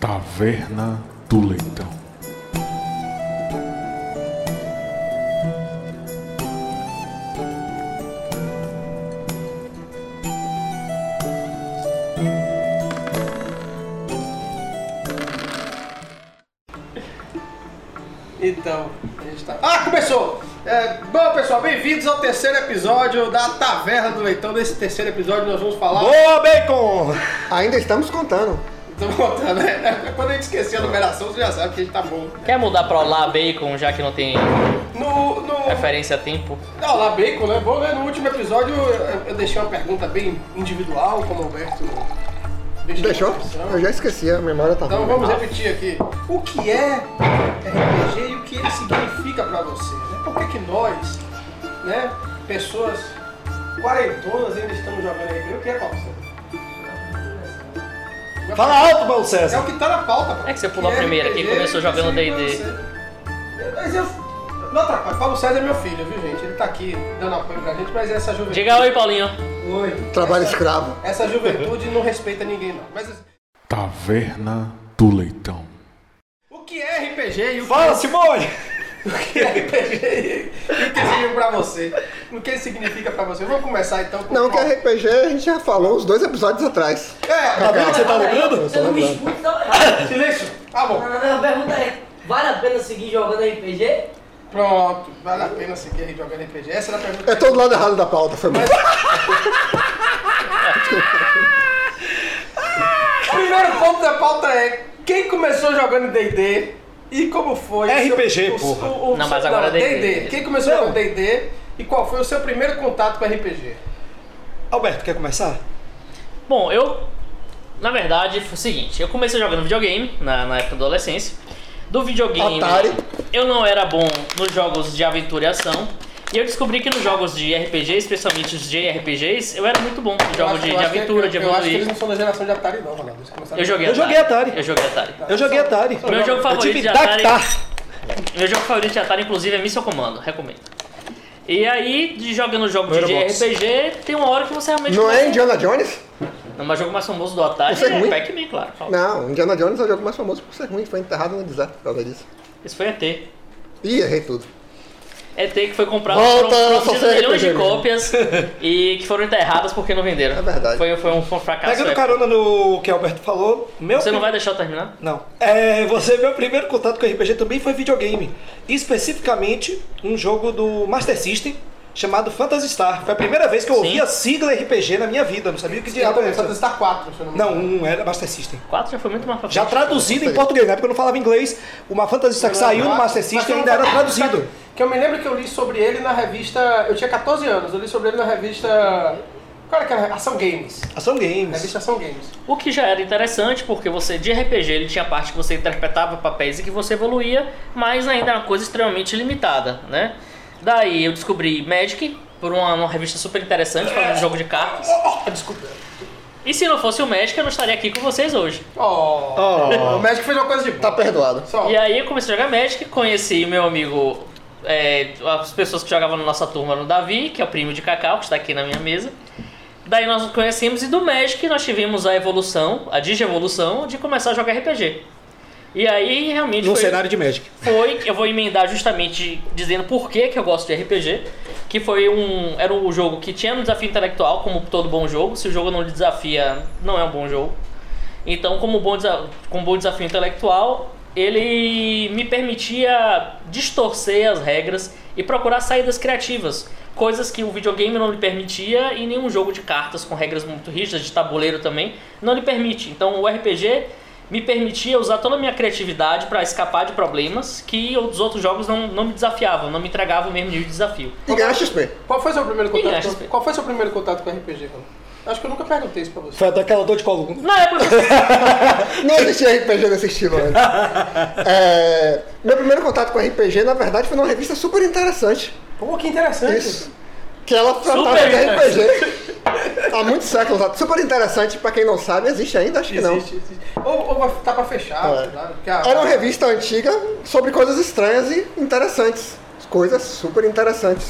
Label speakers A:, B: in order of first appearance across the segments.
A: Caverna do Leitão.
B: Então, a gente tá. Ah, começou! É, bom, pessoal, bem-vindos ao terceiro episódio da Taverna do Leitão. Nesse terceiro episódio, nós vamos falar.
C: Boa, Bacon!
D: Ainda estamos contando.
B: Tô contando, né? Quando a gente esquecer a numeração, você já sabe que a gente tá bom.
E: Quer mudar pra Olá Bacon, já que não tem
B: No.
D: É
B: no...
E: referência a tempo?
B: Não, lá Bacon, né? Bom, né? No último episódio, eu, eu deixei uma pergunta bem individual, como o Alberto. na
D: Deixou?
B: descrição.
D: Eu já esqueci, a memória tá
B: Então
D: ruim.
B: vamos repetir aqui. O que é RPG e o que ele significa pra você? Né? Por que, que nós, né, pessoas quarentonas ainda estamos jogando RPG? O que é, Paulo César?
C: Fala alto, Paulo
B: É o
C: César!
B: que tá na pauta, Paulo.
E: É que você pulou a primeira, quem começou jogando D&D.
B: Mas eu... Não atrapalha, Paulo César é meu filho, viu gente? Ele tá aqui dando apoio pra gente, mas essa juventude...
E: Diga oi, Paulinho.
B: Oi.
D: Trabalho
B: essa,
D: escravo.
B: Essa juventude não respeita ninguém, não. Mas
A: Taverna do Leitão.
B: o que é RPG e o que
C: Fala, Simone!
B: que é RPG e o que significa pra você. O que ele significa pra você? Vamos começar então com
D: Não,
B: o
D: que é RPG a gente já falou uns dois episódios atrás.
C: Tá vendo que você tá lembrando?
F: Você não me escuta, então errado.
B: É, Silêncio! Ah,
F: Não,
B: bom.
F: não, não, a pergunta é, vale a pena seguir jogando RPG?
B: Pronto. Vale a pena seguir aí jogando RPG? Essa era a pergunta.
D: É todo lado errado da pauta, foi mal.
B: O primeiro ponto da pauta é quem começou jogando D&D e como foi... o seu-
C: RPG,
B: o-
C: porra.
B: o- o
E: Não,
B: seu-
E: mas agora é D&D.
B: D&D. Quem começou
C: Não.
B: jogando D&D e qual foi o seu primeiro contato com RPG?
C: Alberto, quer começar?
E: Bom, eu. Na verdade, foi o seguinte: eu comecei jogando videogame na, na época da adolescência. Do videogame,
D: Atari.
E: eu não era bom nos jogos de aventura e ação. E eu descobri que nos jogos de RPG, especialmente os JRPGs, eu era muito bom. Nos
B: Eu
E: jogos
B: acho-
E: de,
B: eu
E: de
B: acho que- é
E: aventura,
B: eu-
E: de
B: Eu acho que eles
E: evoluir.
B: não são da geração de Atari não, Ronaldo. Eles começaram
E: Eu joguei
C: Eu
E: Atari.
C: joguei Atari.
E: Eu joguei Atari.
C: Eu joguei Atari.
E: Meu jogo
C: Eu
E: favorito
C: tive
E: de Atari.
C: Dactar.
E: Meu jogo favorito de Atari, inclusive, é Missile Comando, recomendo. E aí, de jogando jogo de
C: Neurobox.
E: RPG, tem uma hora que você realmente.
D: Não
E: começa-
D: é Indiana Jones?
E: Não, mas o jogo mais famoso do Atari
D: Isso é
E: é
D: ruim?
E: Pac-Man, claro.
D: Não, Indiana Jones é o jogo mais famoso por ser ruim, foi enterrado no deserto por causa disso.
E: Esse foi ET.
D: Ih, errei tudo.
E: ET que foi comprado
D: Volta,
E: por
D: só
E: 900
C: é
D: sei
E: milhões de
D: RPG mesmo.
E: cópias e que foram enterradas porque não venderam.
D: É verdade.
E: Foi, foi um, foi um fracasso.
C: Pegando
E: épico.
C: carona no que Alberto falou, meu.
E: Você não
C: prim-
E: vai deixar eu terminar?
C: Não. É, você, meu primeiro contato com RPG também foi videogame. Especificamente, um jogo do Master System chamado Phantasy Star. Foi a primeira vez que eu
E: Sim.
C: ouvi a sigla RPG na minha vida. Não sabia o que diabo era
B: Só
C: isso.
B: testar quatro, se eu não me
C: Não,
B: engano.
C: um era Master System.
E: 4 já foi muito mais pra
C: Já
E: frente.
C: traduzido em português, na época eu não falava inglês. Uma Phantasy
D: Tá,
C: Star que saiu no Master System ainda era traduzido.
B: Que eu me lembro que eu li sobre ele na revista. Eu tinha 14 anos, eu li sobre ele na revista. Qual era que era? Ação Games.
C: Ação Games.
E: É,
B: Revista Ação Games.
E: O que já era interessante, porque você de RPG ele tinha a parte que você interpretava papéis e que você evoluía, mas ainda era uma coisa extremamente limitada, né? Daí eu descobri Magic por uma, uma revista super interessante, falando de jogo de cartas.
B: Desculpa.
E: E se não fosse o Magic, eu não estaria aqui com vocês hoje.
B: Oh. O Magic fez uma coisa de boa.
D: Tá perdoado.
B: Só.
E: E é- aí eu comecei a jogar Magic, conheci o meu amigo, é, as pessoas que jogavam na nossa turma no Davi, que é o primo de Cacau, que está aqui na minha mesa. Daí nós nos conhecemos e do Magic nós tivemos a evolução, a digievolução, de começar a jogar RPG. E aí realmente
C: Num
E: foi,
C: cenário de Magic.
E: foi, eu vou emendar justamente dizendo por que, que eu gosto de RPG, que foi um, era um jogo que tinha um desafio intelectual, como todo bom jogo, se o jogo não lhe desafia, não é um bom jogo. Então, como bom desa- com bom desafio intelectual, ele me permitia distorcer as regras e procurar saídas criativas, coisas que o videogame não lhe permitia e nenhum jogo de cartas com regras muito rígidas, de tabuleiro também, não lhe permite. Então, o RPG me permitia usar toda a minha criatividade para escapar de problemas que os outros jogos não, não me desafiavam, não me entregavam o mesmo nível de desafio.
D: E ganhar XP.
B: Qual foi seu primeiro
E: Quem
B: contato?
E: acha,
B: Com...
E: Pedro?
B: Qual foi seu primeiro contato com RPG, Ronaldo? Acho que eu nunca perguntei isso pra você.
C: Foi daquela dor de coluna.
E: Na época,
D: Não existia RPG nesse estilo antes. É, meu primeiro contato com RPG, na verdade, foi numa revista super interessante.
B: Pô, que interessante.
D: Isso. Que ela tratava de RPG. Há muitos séculos. atrás. Super interessante, pra quem não sabe, existe ainda? Acho que não.
B: Existe, existe. Ou, ou vai- tá pra fechar,
D: É.
B: sei lá. porque a-
D: Era uma revista antiga sobre coisas estranhas e interessantes. Coisas super interessantes.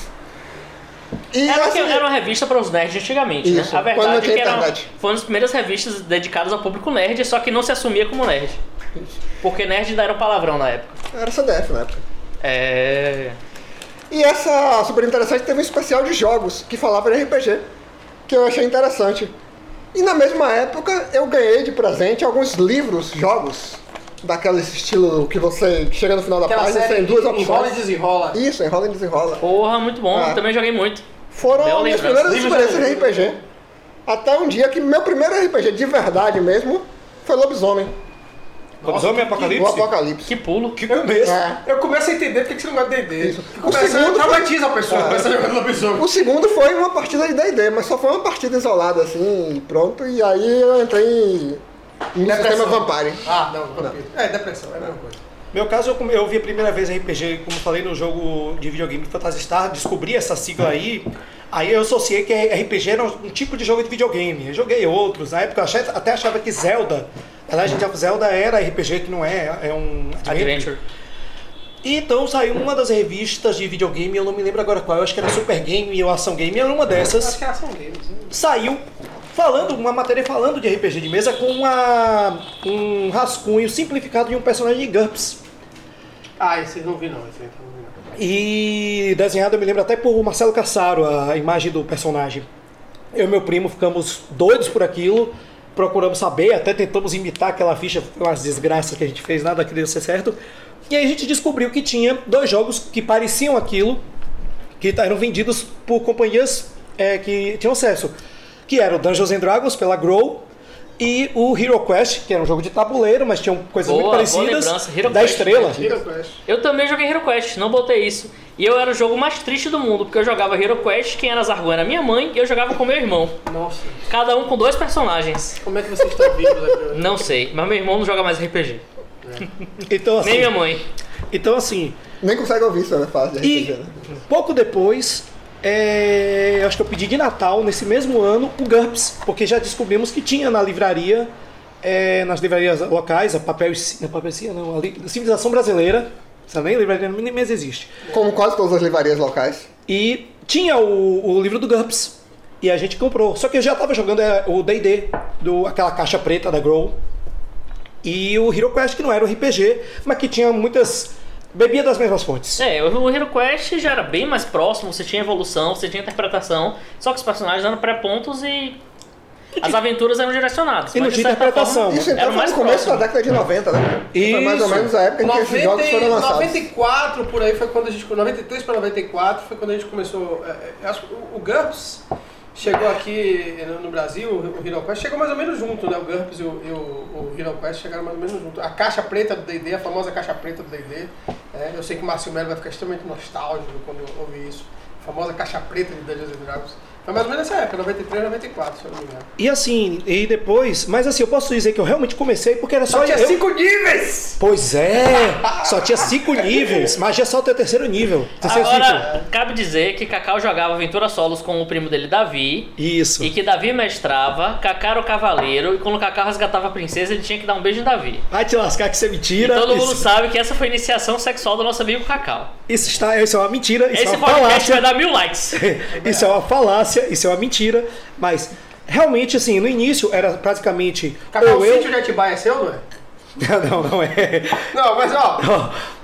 D: E
E: Era,
D: assim,
E: que- era uma revista para os nerds antigamente,
D: Isso,
E: né? A
D: quando não
E: verdade é
D: tinha
E: que era,
D: internet.
E: foi uma das primeiras revistas dedicadas ao público nerd, só que não se assumia como nerd. Porque nerd ainda era um palavrão na época.
D: Era CDF na época.
E: É.
D: E essa super interessante teve um especial de jogos que falava de RPG, que eu achei interessante. E na mesma época eu ganhei de presente alguns livros, jogos, daquele estilo que você chega no final da
B: Aquela
D: página, você
B: série
D: tem duas opções.
B: enrola e desenrola.
D: Isso, enrola e desenrola.
E: Porra, muito bom.
D: Ah.
E: Também joguei muito. Bela
D: Foram minhas
E: lembrança.
D: primeiras
B: Livros
D: experiências de RPG. Até um dia que meu primeiro RPG de verdade mesmo foi Lobisomem,
C: Lobisomem
D: o
C: Apocalipse?
D: Apocalipse.
E: Que pulo.
C: Que começo.
D: É.
B: Eu começo a entender porque você não gosta de D&D.
D: Isso. O
B: Começa-
D: segundo foi-
B: Traumatiza a pessoa,
D: É.
B: começa jogando lobisomem.
D: O segundo foi uma partida de D&D, mas só foi uma partida isolada assim, e pronto. E aí eu entrei em um sistema
B: Depressão.
D: Vampire.
B: Ah, não, vampiro. É, depressão, é a mesma coisa.
C: Meu caso, eu, come- eu vi a primeira vez RPG, como falei, no jogo de videogame do Phantasy Star, descobri essa sigla aí, aí eu associei que RPG era um um tipo de jogo de videogame. Eu joguei outros, na época eu achei- até achava que Zelda, na verdade, Legend of Zelda era RPG, que não é, é um
E: Adventure.
C: E então saiu uma das revistas de videogame, eu não me lembro agora qual, eu acho que era Super Game ou Ação Game, era uma dessas
B: Acho que é ação deles. né?
C: saiu falando uma matéria falando de RPG de mesa com uma, um rascunho simplificado de um personagem de GURPS.
B: Ah, esse eu não vi não, esse aí eu não vi não.
C: E desenhado, eu me lembro até por Marcelo Cassaro, a imagem do personagem. Eu e meu primo ficamos doidos por aquilo, procuramos saber, até tentamos imitar aquela ficha, umas desgraças que a gente fez, nada que deu ser certo. E aí a gente descobriu que tinha dois jogos que pareciam aquilo, que eram vendidos por companhias é, que tinham acesso. Que era o Dungeons and Dragons pela Grow e o Hero Quest, que era um jogo de tabuleiro, mas tinham coisas
E: Boa,
C: muito
E: boa
C: parecidas.
E: lembrança, Hero
C: da
E: Quest. né?
C: estrela.
B: Hero Quest.
E: Eu também joguei Hero Quest, não botei isso. E eu era o jogo mais triste do mundo, porque eu jogava Hero Quest, quem era Zargon era minha mãe, e eu jogava com meu irmão.
B: Nossa,
E: Cada um com dois personagens.
B: como é que vocês estão vivos né, aqui hoje?
E: Não sei, mas meu irmão não joga mais RPG.
C: Então, assim,
E: Nem minha mãe.
C: então, assim
D: Nem consegue ouvir isso na fase de
C: E
D: RPG. né?
C: pouco depois, é, eu acho que eu pedi de Natal, nesse mesmo ano, o GURPS, porque já descobrimos que tinha na livraria, é, nas livrarias locais, a papel, e Ci- não, papel e Cia, não, a Li- civilização brasileira, essa nem livraria nem mais existe.
D: Como quase todas as livrarias locais.
C: E tinha o, o livro do GURPS. E a gente comprou. Só que eu já tava jogando é, o DD, do- aquela caixa preta da Grow. E o Hero Quest, que não era um RPG, mas que tinha muitas. bebia das mesmas fontes.
E: É, o Hero Quest já era bem mais próximo, você tinha evolução, você tinha interpretação, só que os personagens eram pré-pontos e as aventuras eram direcionadas.
C: E não
E: mas de
C: tinha
E: certa
C: interpretação.
E: forma,
D: Isso
E: era
D: então foi
E: mais
D: no começo
E: próximo.
D: da década de 90, né? Foi mais ou
C: Isso.
D: menos a época em que esses jogos foram lançados.
B: 94 por aí foi quando a gente. 93 para 94 foi quando a gente começou. é, é, acho que o, o GURPS chegou aqui no, no Brasil, o, o Hero Quest chegou mais ou menos junto, né? O GURPS e o, e o, o Hero Quest chegaram mais ou menos junto. A caixa preta do DD, a famosa caixa preta do DD. né? Eu sei que o Márcio Melo vai ficar extremamente nostálgico quando ouvir isso. A famosa caixa preta de Dungeons and Dragons. Foi mais ou menos nessa época, 93, 94, se eu não me engano.
C: E assim, e depois. Mas assim, eu posso dizer que eu realmente comecei porque era só.
B: Só tinha
C: eu-
B: cinco níveis!
C: Pois é! Só tinha cinco níveis. Magia só até o terceiro nível. Terceiro ciclo.
E: Agora, cabe dizer que Cacau jogava aventuras solos com o primo dele, Davi,
C: Isso.
E: e que Davi mestrava, Cacá era o cavaleiro, e quando Cacá resgatava a princesa, ele tinha que dar um beijo em Davi.
C: Vai te lascar que você me tira.
E: Todo mundo
C: isso,
E: sabe que essa foi a iniciação sexual do nosso amigo Cacau.
C: isso, está, isso é uma mentira. Isso é
E: Esse
C: uma
E: podcast vai
C: falácia.
E: dar mil likes.
C: isso é uma falácia, isso é uma mentira. Mas realmente, assim, no início era praticamente.
B: Cacau,
C: ou
B: o
C: eu.
B: sítio de Atibaia é seu, não é?
C: não, não é.
B: Não, mas ó.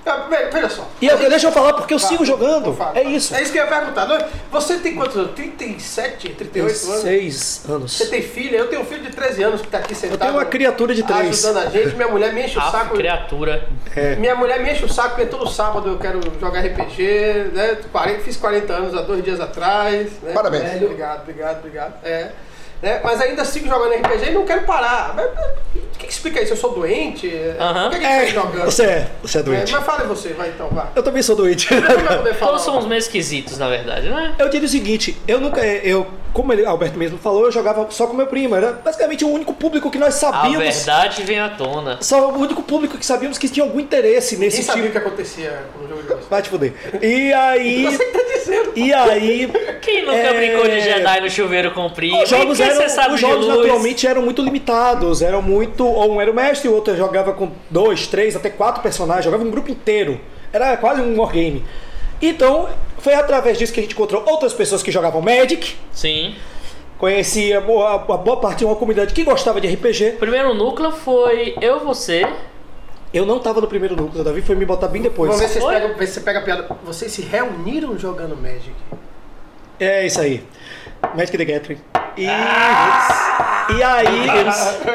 B: Ah, ve- Veja só.
C: E é eu, deixa eu falar porque eu sigo jogando.
B: Fala,
C: é
B: fala.
C: isso.
B: É isso que eu ia perguntar. Não é? Você tem quantos anos? 37, 38 anos?
C: Seis anos.
B: Você tem filha? Eu tenho um filho de 13 anos que tá aqui sentado.
C: Eu tenho uma criatura de três.
B: Ajudando a gente. Minha mulher me enche o
E: Ah,
B: saco.
E: criatura.
C: É.
B: Minha mulher me enche o saco porque todo sábado eu quero jogar RPG, né? 40, fiz 40 anos há dois dias atrás. né?
D: Parabéns.
B: Velho, obrigado, obrigado, obrigado. É. Né? Mas ainda sigo jogando RPG e não quero parar. Mas, mas, o que, que explica isso? Eu sou doente?
E: Aham.
B: Por que, que
C: É,
B: você tá jogando?
C: você é, você é
B: É,
C: doente.
B: mas fala você, vai então, vá.
C: Eu também sou doente.
B: Você vai poder falar.
E: Todos somos meio esquisitos, na verdade, né?
C: Eu diria o seguinte, eu nunca, é, eu, como ele, Alberto mesmo falou, eu jogava só com meu primo, era basicamente o único público que nós
E: A
C: sabíamos,
E: Ah, verdade vem à tona.
C: só o único público que sabíamos que tinha algum interesse nesse
B: Ninguém sabia o
C: tipo.
B: que acontecia no jogo de hoje.
C: Vai te foder. E aí,
B: Você que tá dizendo.
C: e aí,
E: Quem nunca
C: É.
E: brincou de Jedi no chuveiro com o primo?
C: os jogos,
E: Quem que você
C: eram,
E: sabe
C: os
E: de
C: jogos
E: luz?
C: naturalmente eram muito limitados, eram muito, ou um era o mestre, o outro jogava com dois, três, até quatro personagens, jogava um grupo inteiro, era quase um wargame. Então, foi através disso que a gente encontrou outras pessoas que jogavam Magic,
E: Sim.
C: conhecia a boa, a boa parte de uma comunidade que gostava de RPG,
E: O primeiro núcleo foi eu, você,
C: Eu não tava no primeiro núcleo, o Davi foi me botar bem depois.
B: Vamos ver se, vocês
E: Oi?
B: pegam, ver se você pega a piada. Vocês se reuniram jogando Magic.
C: É isso aí. Magic the Gathering. E,
B: Ah!
C: e aí,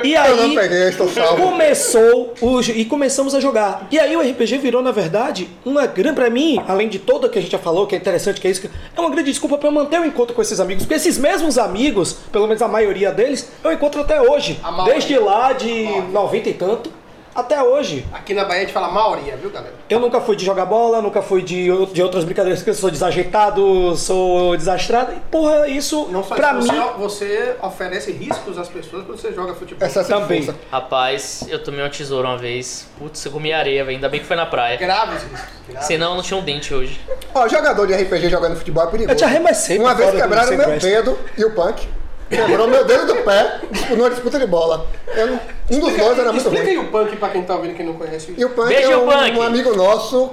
C: e
D: Eu não
C: aí
D: peguei, estou salvo.
C: começou o, jo- e começamos a jogar. E aí o RPG virou, na verdade, uma grande para mim, além de toda que a gente já falou, que é interessante, que é isso, que- é uma grande desculpa para eu manter o encontro com esses amigos, porque esses mesmos amigos, pelo menos a maioria deles, eu encontro até hoje,
B: A maioria.
C: desde lá de 90 e tanto até hoje.
B: Aqui na Bahia a gente fala Maoria, viu, galera?
C: Eu nunca fui de jogar bola, nunca fui de, ou- de outras brincadeiras, porque eu sou desajeitado, sou desastrado. E, porra, isso,
B: Não só
C: pra
B: isso,
C: mim,
B: você, você oferece riscos às pessoas quando você joga futebol.
D: Excesso
C: Também.
D: de é força.
E: Rapaz, eu tomei uma tesoura uma vez. Putz, eu comi areia, velho. Ainda bem que foi na praia.
B: Graves riscos. Graves.
E: Senão eu não tinha um dente hoje.
D: Ó, jogador de RPG jogando futebol é perigoso.
C: Eu te arremessei
D: Uma
C: pra
D: vez
C: fora do
D: quebraram meu
C: Sandcrest.
D: dedo e o punk. Quebrou meu dedo do pé dis- numa disputa de bola. Eu não- um dos dois era muito
B: Explica
D: ruim.
B: aí o punk pra quem tá ouvindo que não conhece.
D: E o punk
E: Beijo,
D: é um,
E: Punk.
D: um amigo nosso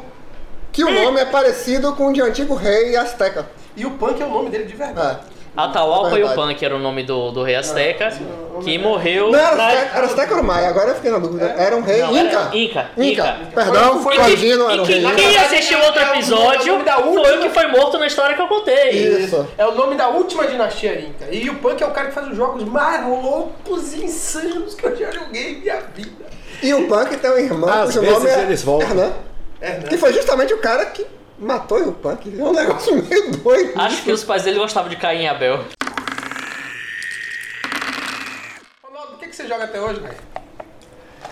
D: que o nome é parecido com o de antigo rei azteca.
B: E o punk é o nome dele de verdade.
D: É.
E: Atahualpa e o
D: Verdade.
E: Punk era o nome do, do rei Azteca, que morreu.
D: Não, era
E: na-
D: azteca, era azteca ou maia? Agora eu fiquei na dúvida. Era um rei
E: Não,
D: Inca.
E: era Inca, Inca.
D: Perdão,
E: E que-
D: corrigindo, era um
E: e
D: rei
E: que-
D: Inca.
E: quem assistiu outro
B: É o nome
E: episódio
B: da última.
E: foi o que foi morto na história que eu contei.
D: Isso.
B: É o nome da última dinastia Inca. E o punk é o cara que faz os jogos mais loucos e insanos que eu já joguei em minha vida.
D: E o punk tem um irmão
C: Às
D: cujo
C: vezes
D: nome é
C: eles voltam.
D: Hernan,
B: É, né?
D: que foi justamente o cara que matou o punk. É um negócio meio doido.
E: Acho que os pais dele gostavam de Caim e Abel.
B: Ronaldo, o que, que você joga até hoje, velho?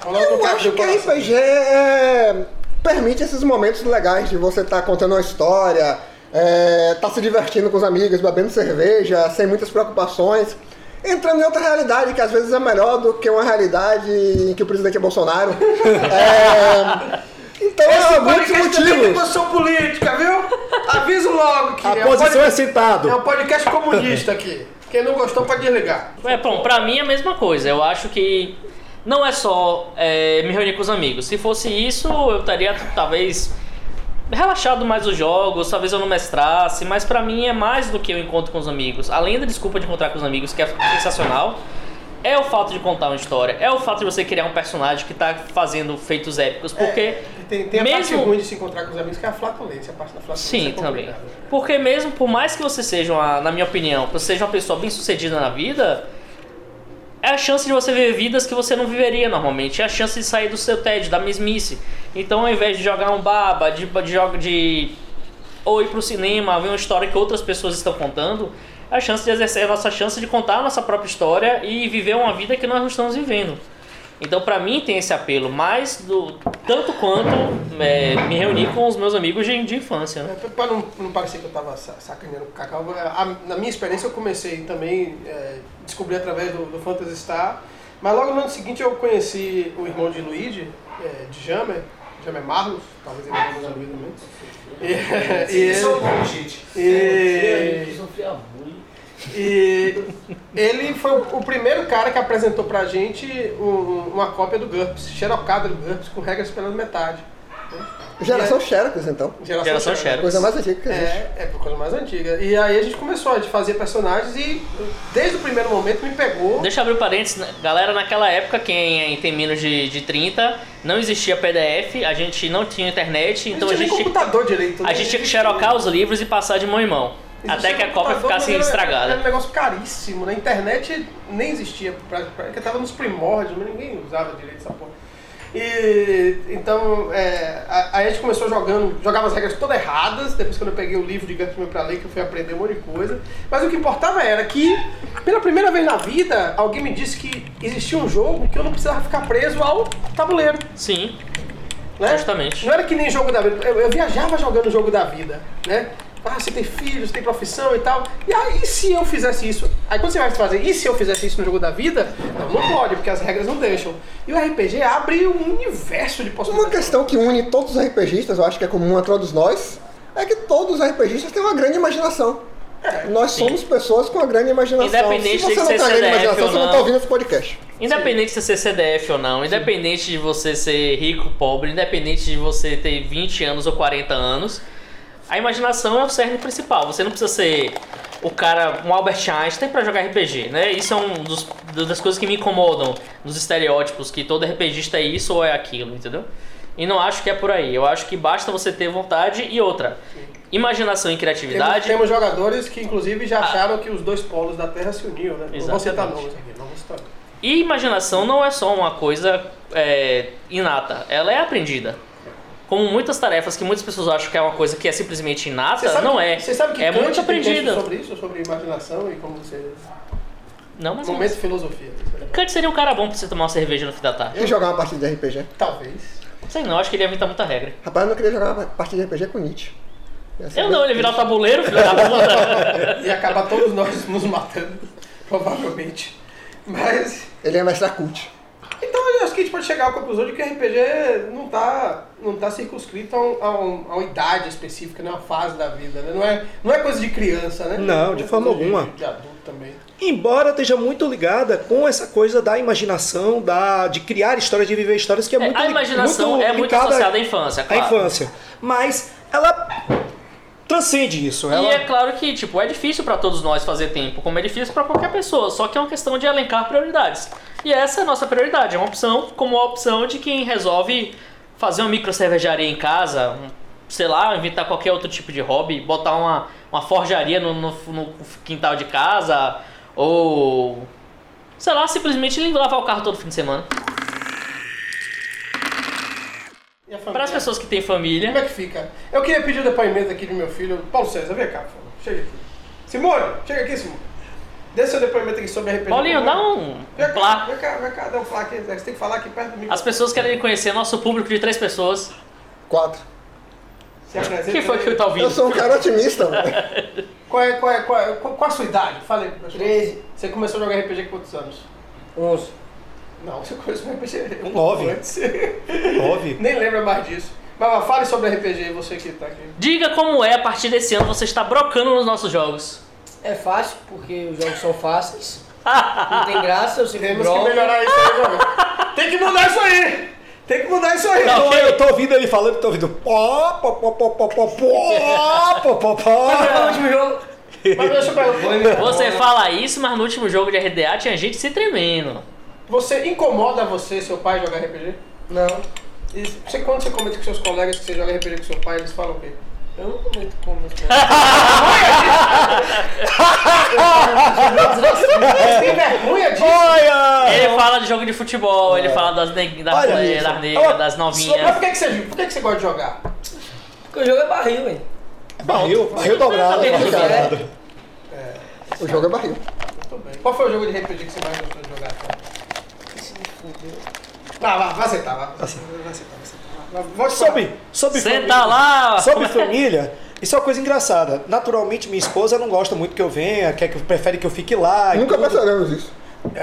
B: Ronaldo não
D: Eu
B: quer
D: acho
B: abrir o
D: que é
B: coração.
D: RPG é, permite esses momentos legais de você estar contando uma história, é, tá se divertindo com os amigos, bebendo cerveja, sem muitas preocupações, entrando em outra realidade que às vezes é melhor do que uma realidade em que o presidente é Bolsonaro. É, então, é muitos
B: podcast também tem
D: motivos.
B: posição política, viu? Aviso logo que
C: a
B: é um
C: posição é
B: podcast-
C: sentado.
B: é um podcast comunista aqui. Quem não gostou pode desligar.
E: É, bom, pra mim é a mesma coisa. Eu acho que não é só é, me reunir com os amigos. Se fosse isso, eu estaria talvez relaxado mais os jogos, talvez eu não mestrasse, mas pra mim é mais do que o encontro com os amigos. Além da desculpa de encontrar com os amigos, que é sensacional, é o fato de contar uma história, é o fato de você criar um personagem que tá fazendo feitos épicos, porque
B: É, Tem, tem a parte
E: mesmo
B: ruim de se encontrar com os amigos, que é a flatulência. A parte da flatulência
E: Sim,
B: é
E: também.
B: complicada.
E: Porque mesmo, por mais que você seja, uma, na minha opinião, que você seja uma pessoa bem sucedida na vida, é a chance de você ver vidas que você não viveria normalmente. É a chance de sair do seu tédio, da mesmice. Então, ao invés de jogar um baba, de, de jogo de... Ou ir pro cinema, ver uma história que outras pessoas estão contando, é a chance de exercer a nossa chance de contar a nossa própria história e viver uma vida que nós não estamos vivendo. Então, pra mim, tem esse apelo mais do tanto quanto é, me reunir com os meus amigos de, de infância. Né?
B: É, pra- Pra não, não parecer que eu tava sa- sacaneando com o Cacau, eu- a- na minha experiência eu comecei também, é, descobri através do, do Phantasy Star, mas logo no ano seguinte eu conheci o irmão de Luigi, é, de Jamer, Jamer Marlos, talvez ele não Luigi também. E, e ele-
F: Eu
B: e,
F: sofri bullying.
B: e ele foi o o primeiro cara que apresentou pra gente um- uma cópia do GURPS, xerocada do GURPS, com regras pela metade.
D: Geração Xerox, então.
E: Geração
B: Xerox.
E: Xerox.
D: Coisa mais antiga que existe.
B: É, é por coisa mais antiga. E aí a gente começou, a gente fazia personagens e desde o primeiro momento me pegou.
E: Deixa eu abrir um parênteses, né? galera, naquela época, quem tem menos de, de 30, não existia PDF, a gente não tinha internet, então a
B: não tinha nem
E: gente, tinha,
B: computador direito. né?
E: a gente tinha que xerocar os livros e passar de mão em mão. Até que a cópia ficasse
B: um Era um
E: estragada.
B: negócio caríssimo. Na internet nem existia, pra- pra- porque tava nos primórdios, mas ninguém usava direito essa porra. E então é, a, aí a gente começou jogando, jogava as regras todas erradas, depois quando eu peguei o livro de Gatsby pra ler, que eu fui aprender um monte de coisa. Mas o que importava era que, pela primeira vez na vida, alguém me disse que existia um jogo que eu não precisava ficar preso ao tabuleiro.
E: Sim,
B: Né?
E: Justamente.
B: Não era que nem jogo da vida. Eu, eu viajava jogando o jogo da vida, né? Ah, você tem filhos, tem profissão e tal. E aí, se eu fizesse isso? Aí quando você vai fazer, e se eu fizesse isso no jogo da vida? Não, não pode, porque as regras não deixam. E o RPG abre um universo de
D: Uma
B: possibilidades.
D: questão que une todos os RPGistas, eu acho que é comum a todos nós, é que todos os RPGistas têm uma grande imaginação. nós somos pessoas com uma grande imaginação.
E: É, Independente
D: Se
E: de
D: você não
E: ser
D: tem uma grande
E: CDF ou
D: imaginação, você não
E: não.
D: está ouvindo esse podcast.
E: independente de você ser CDF ou não, independente de você ser rico ou pobre, independente de você ter 20 anos ou 40 anos, a imaginação é o cerne principal. Você não precisa ser o cara, um Albert Einstein pra jogar RPG, né? Isso é um dos, das coisas que me incomodam, dos estereótipos, que todo RPGista é isso ou é aquilo, entendeu? E não acho que é por aí. Eu acho que basta você ter vontade e outra. Imaginação e
B: Temos,
E: criatividade.
B: temos jogadores que, inclusive, já acharam que os dois polos da Terra se uniam, né? Não vou citar
E: Ah. Exatamente.
B: nomes aqui, não vou citar. nomes.
E: E imaginação não é só uma coisa é, inata, ela é aprendida. Como muitas tarefas que muitas pessoas acham que é uma coisa que é simplesmente inata, não é.
B: Você sabe que
E: é
B: Kant
E: muito
B: tem texto
E: aprendida.
B: sobre isso, sobre imaginação e como você...
E: Não, mas
B: Momento de filosofia.
E: Kant seria um cara bom pra você tomar uma cerveja no fim da tarde.
D: E jogar uma partida de RPG.
B: Talvez.
E: Não sei não, acho que ele ia inventar muita regra.
D: Rapaz, eu não queria jogar uma partida de RPG com Nietzsche. Ia ser
E: Eu
D: bem-
E: não, ele ia virar o tabuleiro, filho da puta.
B: E acabar todos nós nos matando, provavelmente. Mas...
D: Ele ia mestrar cult.
B: Então eu acho que a gente pode chegar à conclusão de que o RPG não tá, não tá circunscrito a, um- a um- a uma idade específica, né? Uma fase da vida, né? Não é, não é coisa de criança, né?
C: Não, de
B: É
C: forma
B: coisa
C: alguma.
B: De, de adulto também.
C: Embora esteja muito ligada com essa coisa da imaginação, da, de criar histórias, de viver histórias, que é muito
E: a
C: li-
E: imaginação é muito
C: ligada
E: associada à infância,
C: à
E: claro.
C: infância. Mas ela transcende isso.
E: E
C: Ela
E: é claro que, tipo, é difícil pra todos nós fazer tempo, como é difícil pra qualquer pessoa, só que é uma questão de elencar prioridades. E essa é a nossa prioridade, é uma opção, como a opção de quem resolve fazer uma micro cervejaria em casa, um- sei lá, inventar qualquer outro tipo de hobby, botar uma, uma forjaria no, no- no quintal de casa, ou sei lá, simplesmente lavar o carro todo fim de semana.
B: E a família?
E: Para as pessoas que têm
B: Como
E: família,
B: é que fica? Eu queria pedir o depoimento aqui do meu filho, Paulo César. Vem cá, por favor. Chega aqui. Simone, chega aqui, Simone. Dê seu depoimento aqui sobre RPG.
E: Paulinho, dá um,
B: Vem cá,
E: um plá.
B: vem cá, vem cá, dá um plá aqui. Você tem que falar aqui perto do mim.
E: As pessoas querem conhecer nosso público de três pessoas.
D: Quatro.
B: Se apresenta.
E: Quem foi que tá ouvindo?
D: Eu sou um cara otimista, velho.
B: Qual é, qual é, qual é, qual, qual a sua idade? Fala aí. pra gente.
F: 13,
B: Você começou a jogar RPG com quantos anos?
F: 11.
B: Não, você conhece o RPG. um
C: Nove.
B: pouco antes.
C: nove.
B: Nem lembra mais disso. Mas fale sobre RPG, você que tá aqui.
E: Diga como é a partir desse ano você está brocando nos nossos jogos.
F: É fácil, porque os jogos são fáceis. Não tem graça, eu sempre
B: Temos que
F: broco.
B: melhorar isso aí, mano. Tem que mudar isso aí! Tem que mudar isso aí!
C: Então, eu tô ouvindo ele falando, tô ouvindo. Pó, pó, pó, pó, pó, pó, pó,
E: Tá
C: pó, pó,
F: Qual
C: pó.
F: foi o último jogo?
B: Mas deixa eu perguntar.
E: Você fala isso, mas no último jogo de RDA tinha gente se tremendo.
B: Você incomoda você, seu pai, jogar RPG?
F: Não,
B: E você, quando você comenta com seus colegas que você joga RPG com seu pai, eles falam o quê?
F: eu não comento como isso.
B: Eles
F: não.
B: têm vergonha disso!
C: Olha!
E: Ele fala de jogo de futebol, ele fala das ne- das
C: É. Olha
E: mulheres,
C: isso.
E: das negras,
C: Ó,
B: Mas
E: das novinhas.
B: por que, que você por que, que você gosta de jogar?
F: Porque o jogo é barril, hein?
C: Barril, barril dobrado,
E: É, Tá bem,
C: caralho.
D: O jogo é barril.
B: Muito bem. Qual foi o jogo de RPG que você mais gostou de jogar? cara? Tá, vai, vai aceitar, vai. Vai aceitar, vai aceitar. Vai, vai, te falar.
C: Sobre, sobre
E: Senta tá lá!
C: Sobre família, isso é uma coisa engraçada. Naturalmente, minha esposa não gosta muito que eu venha, quer que prefere que eu fique lá. e
D: Nunca
C: tudo.
D: pensaremos isso.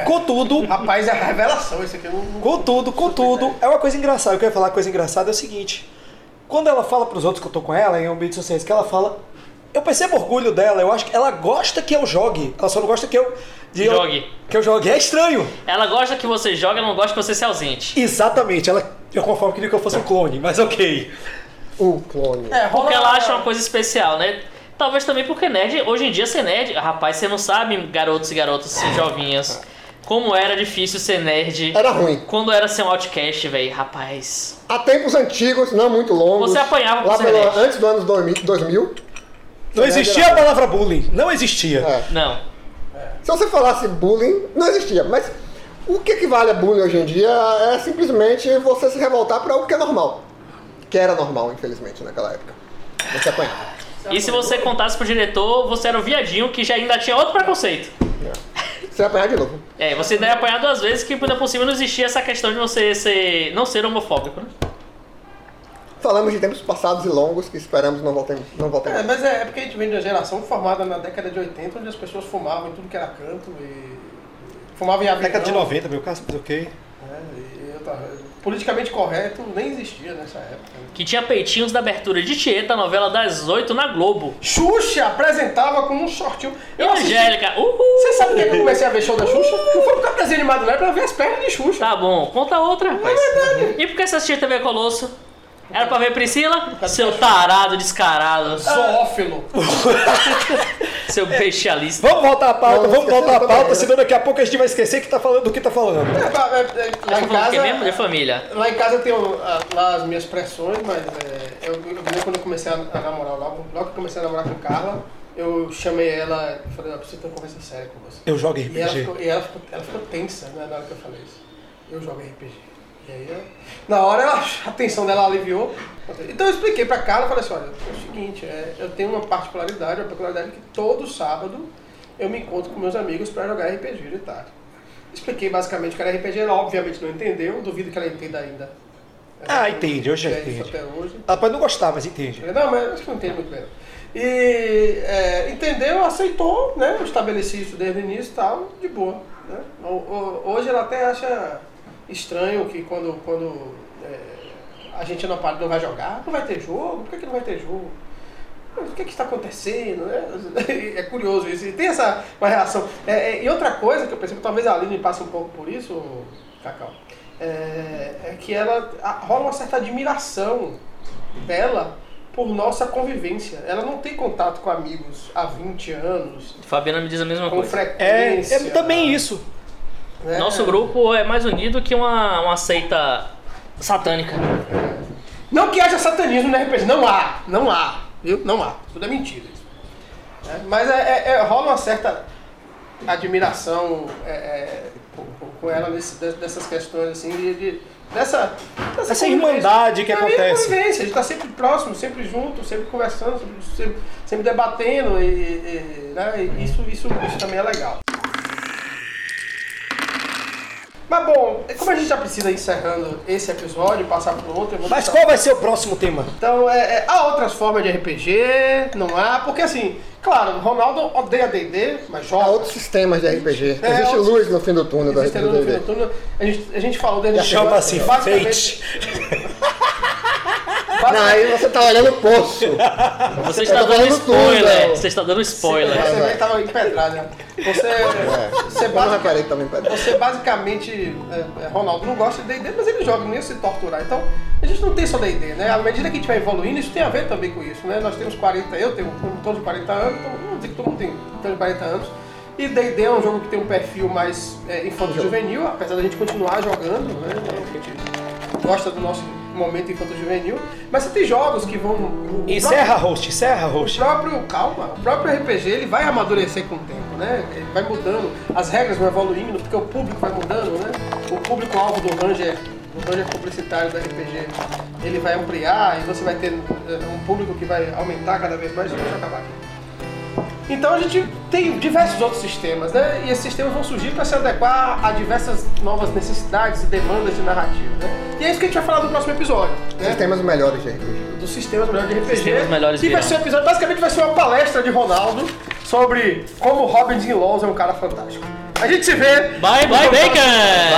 C: Contudo,
B: Rapaz, é revelação isso aqui. Eu não...
C: contudo, contudo, é uma coisa engraçada. Eu quero falar coisa engraçada é o seguinte. Quando ela fala pros outros que eu tô com ela, em ambientes sociais, que ela fala. Eu percebo orgulho dela, eu acho que ela gosta que eu jogue. Ela só não gosta que eu. de eu-
E: Jogue.
C: que eu jogue. É estranho.
E: Ela gosta que você joga, ela não gosta que você se ausente.
C: Exatamente. Ela, de alguma forma, queria que eu fosse um clone, mas ok.
D: O clone.
B: É, rola-
E: Porque ela acha uma coisa especial, né? Talvez também porque nerd, hoje em dia ser nerd, rapaz, você não sabe, garotos e garotas jovinhas, como era difícil ser nerd.
D: Era ruim.
E: Quando era ser um outcast, velho, rapaz.
D: Há tempos antigos, não muito longos.
E: Você apanhava
D: lá
E: por ser
D: pelo,
E: nerd.
D: Antes do ano 2000, 2000.
C: Não existia a palavra bullying. Não existia.
D: É.
E: Não.
D: Se você falasse bullying, não existia. Mas o que equivale a bullying hoje em dia é simplesmente você se revoltar por algo que é normal. Que era normal, infelizmente, naquela época. Você apanhava.
E: E se você contasse pro diretor, você era o viadinho que já ainda tinha outro preconceito.
D: Você ia apanhar de novo.
E: É, você ainda ia apanhar duas vezes que ainda por cima não existia essa questão de você ser, não ser homofóbico, né?
D: Falamos de tempos passados e longos que esperamos não voltem, não voltem
B: É,
D: mais.
B: mas é, é porque a gente vem de uma geração formada na década de 80, onde as pessoas fumavam em tudo que era canto e. Fumavam em avião.
C: Década de 90, meu caso, mas ok.
B: né, e eu tava- Politicamente correto nem existia nessa época. né.
E: Que tinha peitinhos da abertura de Tieta, novela das oito na Globo.
B: Xuxa apresentava como um shortinho.
E: E
B: Eu assisti.
E: Angélica, uhul!
B: Você sabe por que que eu comecei a ver show da Xuxa? Não foi por causa das animadas, não, era pra ver as pernas de Xuxa.
E: Tá bom, conta outra,
B: é
E: rapaz. E por que você assistia TV Colosso? Era
B: Tá. Ah.
E: pra ver Priscila? Seu tarado descarado.
B: Zoófilo.
E: Seu bestialista.
C: Vamos voltar à pauta,
D: Não,
C: vamos voltar à
D: esqueceu
C: pauta,
D: também, né?
C: senão daqui a pouco a gente vai esquecer que tá falando, do que tá falando.
B: é, Lá
E: Tá
B: em
E: falando o quê mesmo? De
B: casa,
E: família.
B: lá em casa eu tenho ah, lá as minhas pressões, mas é, eu, eu- eu- quando eu comecei a a namorar, logo, logo que eu comecei a namorar com Carla, eu chamei ela e falei, "Ó, eu preciso ter uma conversa séria com você.
C: Eu jogo
B: E ela
C: RPG.
B: ficou, e ela ficou, ela ficou tensa né, na hora que eu falei isso. Eu jogo RPG. E aí, ela- na hora, ela- a tensão dela aliviou. Então eu expliquei pra Carla, falei assim, olha, é o seguinte, é, eu tenho uma particularidade, uma peculiaridade que todo sábado eu me encontro com meus amigos pra jogar RPG de tarde. Expliquei basicamente o que era RPG, ela obviamente não entendeu, duvido que ela entenda ainda.
C: Ah, entende, hoje já
B: É isso
C: entende.
B: Até hoje.
C: Ela pode não gostar, mas entende.
B: Não, mas acho que não entende muito bem. E é, entendeu, aceitou, né? Eu estabeleci isso desde o início e tal, de boa. né? O- o- Hoje ela até acha estranho que quando, quando é, a gente não, para- não vai jogar, não vai ter jogo, por que, que não vai ter jogo? Mas O que, que está acontecendo? né? É curioso isso. E tem essa uma relação. É, é, e outra coisa que eu percebo, talvez a Aline passe um pouco por isso, Cacau, é, é que ela a- rola uma certa admiração dela por nossa convivência. Ela não tem contato com amigos há 20 anos,
E: Fabiana me diz a mesma
B: com
E: coisa.
C: É,
B: frequência.
C: é também isso.
B: né?
E: Nosso grupo é mais unido que uma, uma seita satânica.
B: Não que haja satanismo na RPG, não há, não há, viu? Não há, tudo é mentira isso. né? Mas é- é- é- rola uma certa admiração é, é, com- com- com ela nesse- de- dessas questões assim, de, de- dessa, dessa
C: Essa
B: convivência.
C: irmandade que
B: É a mesma
C: acontece.
B: convivência, a gente tá sempre próximo, sempre junto, sempre conversando, sempre, sempre- sempre debatendo e, e- né? E isso, isso, isso também é legal. Mas bom, como a gente já precisa ir encerrando esse episódio, passar pro outro, eu vou
C: Mas
B: deixar-
C: qual vai ser o próximo tema?
B: então, é, é, há outras formas de RPG, não há, porque assim, claro, o Ronaldo odeia D&D, mas joga.
D: Há outros sistemas de RPG.
B: É,
D: Existe
B: outros-
D: luz no fim do túnel do
B: Existem no fim do
D: RPG.
B: túnel. A gente, a gente falou desde a
C: Chama-se
B: basicamente-
C: Fate.
D: Não, aí você tá olhando o poço.
E: Você está
D: tá
E: dando
D: falando
E: spoiler.
D: tudo.
E: Você está dando spoiler.
B: Você também tava empedrado, né? Você, você,
D: Eu não
B: basic-
D: reparei também, peraí.
B: você basicamente, é, é, Ronaldo não gosta de D&D, mas ele joga, nem ia se torturar. Então, a gente não tem só D&D, né? À medida que a gente vai evoluindo, isso tem a ver também com isso, né? Nós temos 40, eu tenho um torno de 40 anos, então vamos dizer que todo mundo tem um torno de 40 anos. E D&D é um jogo que tem um perfil mais é, infanto-juvenil, apesar da gente continuar jogando, né? A gente gosta do nosso momento infanto-juvenil. Mas você tem jogos que vão... o
C: Encerra, host, encerra,
B: o
C: host.
B: próprio, calma, o próprio RPG ele vai amadurecer com o tempo, né? Ele vai mudando, as regras vão evoluindo, porque o público vai mudando, né? O público-alvo do Ranger, do Ranger publicitário do RPG, ele vai ampliar e você vai ter eh, um público que vai aumentar cada vez mais. Deixa eu acabar aqui. Então a gente tem diversos outros sistemas, né? E esses sistemas vão surgir para se adequar a diversas novas necessidades e demandas de narrativa, né? E é isso que a gente vai falar no próximo episódio, né?
D: Sistemas melhores de RPG.
B: dos sistemas melhores de RPG.
E: Sistemas melhores
B: que vai
E: virão.
B: ser um episódio, basicamente vai ser uma palestra de Ronaldo sobre como Robin Dean Laws é um cara fantástico. A gente se vê.
E: Bye, bye, Bacon!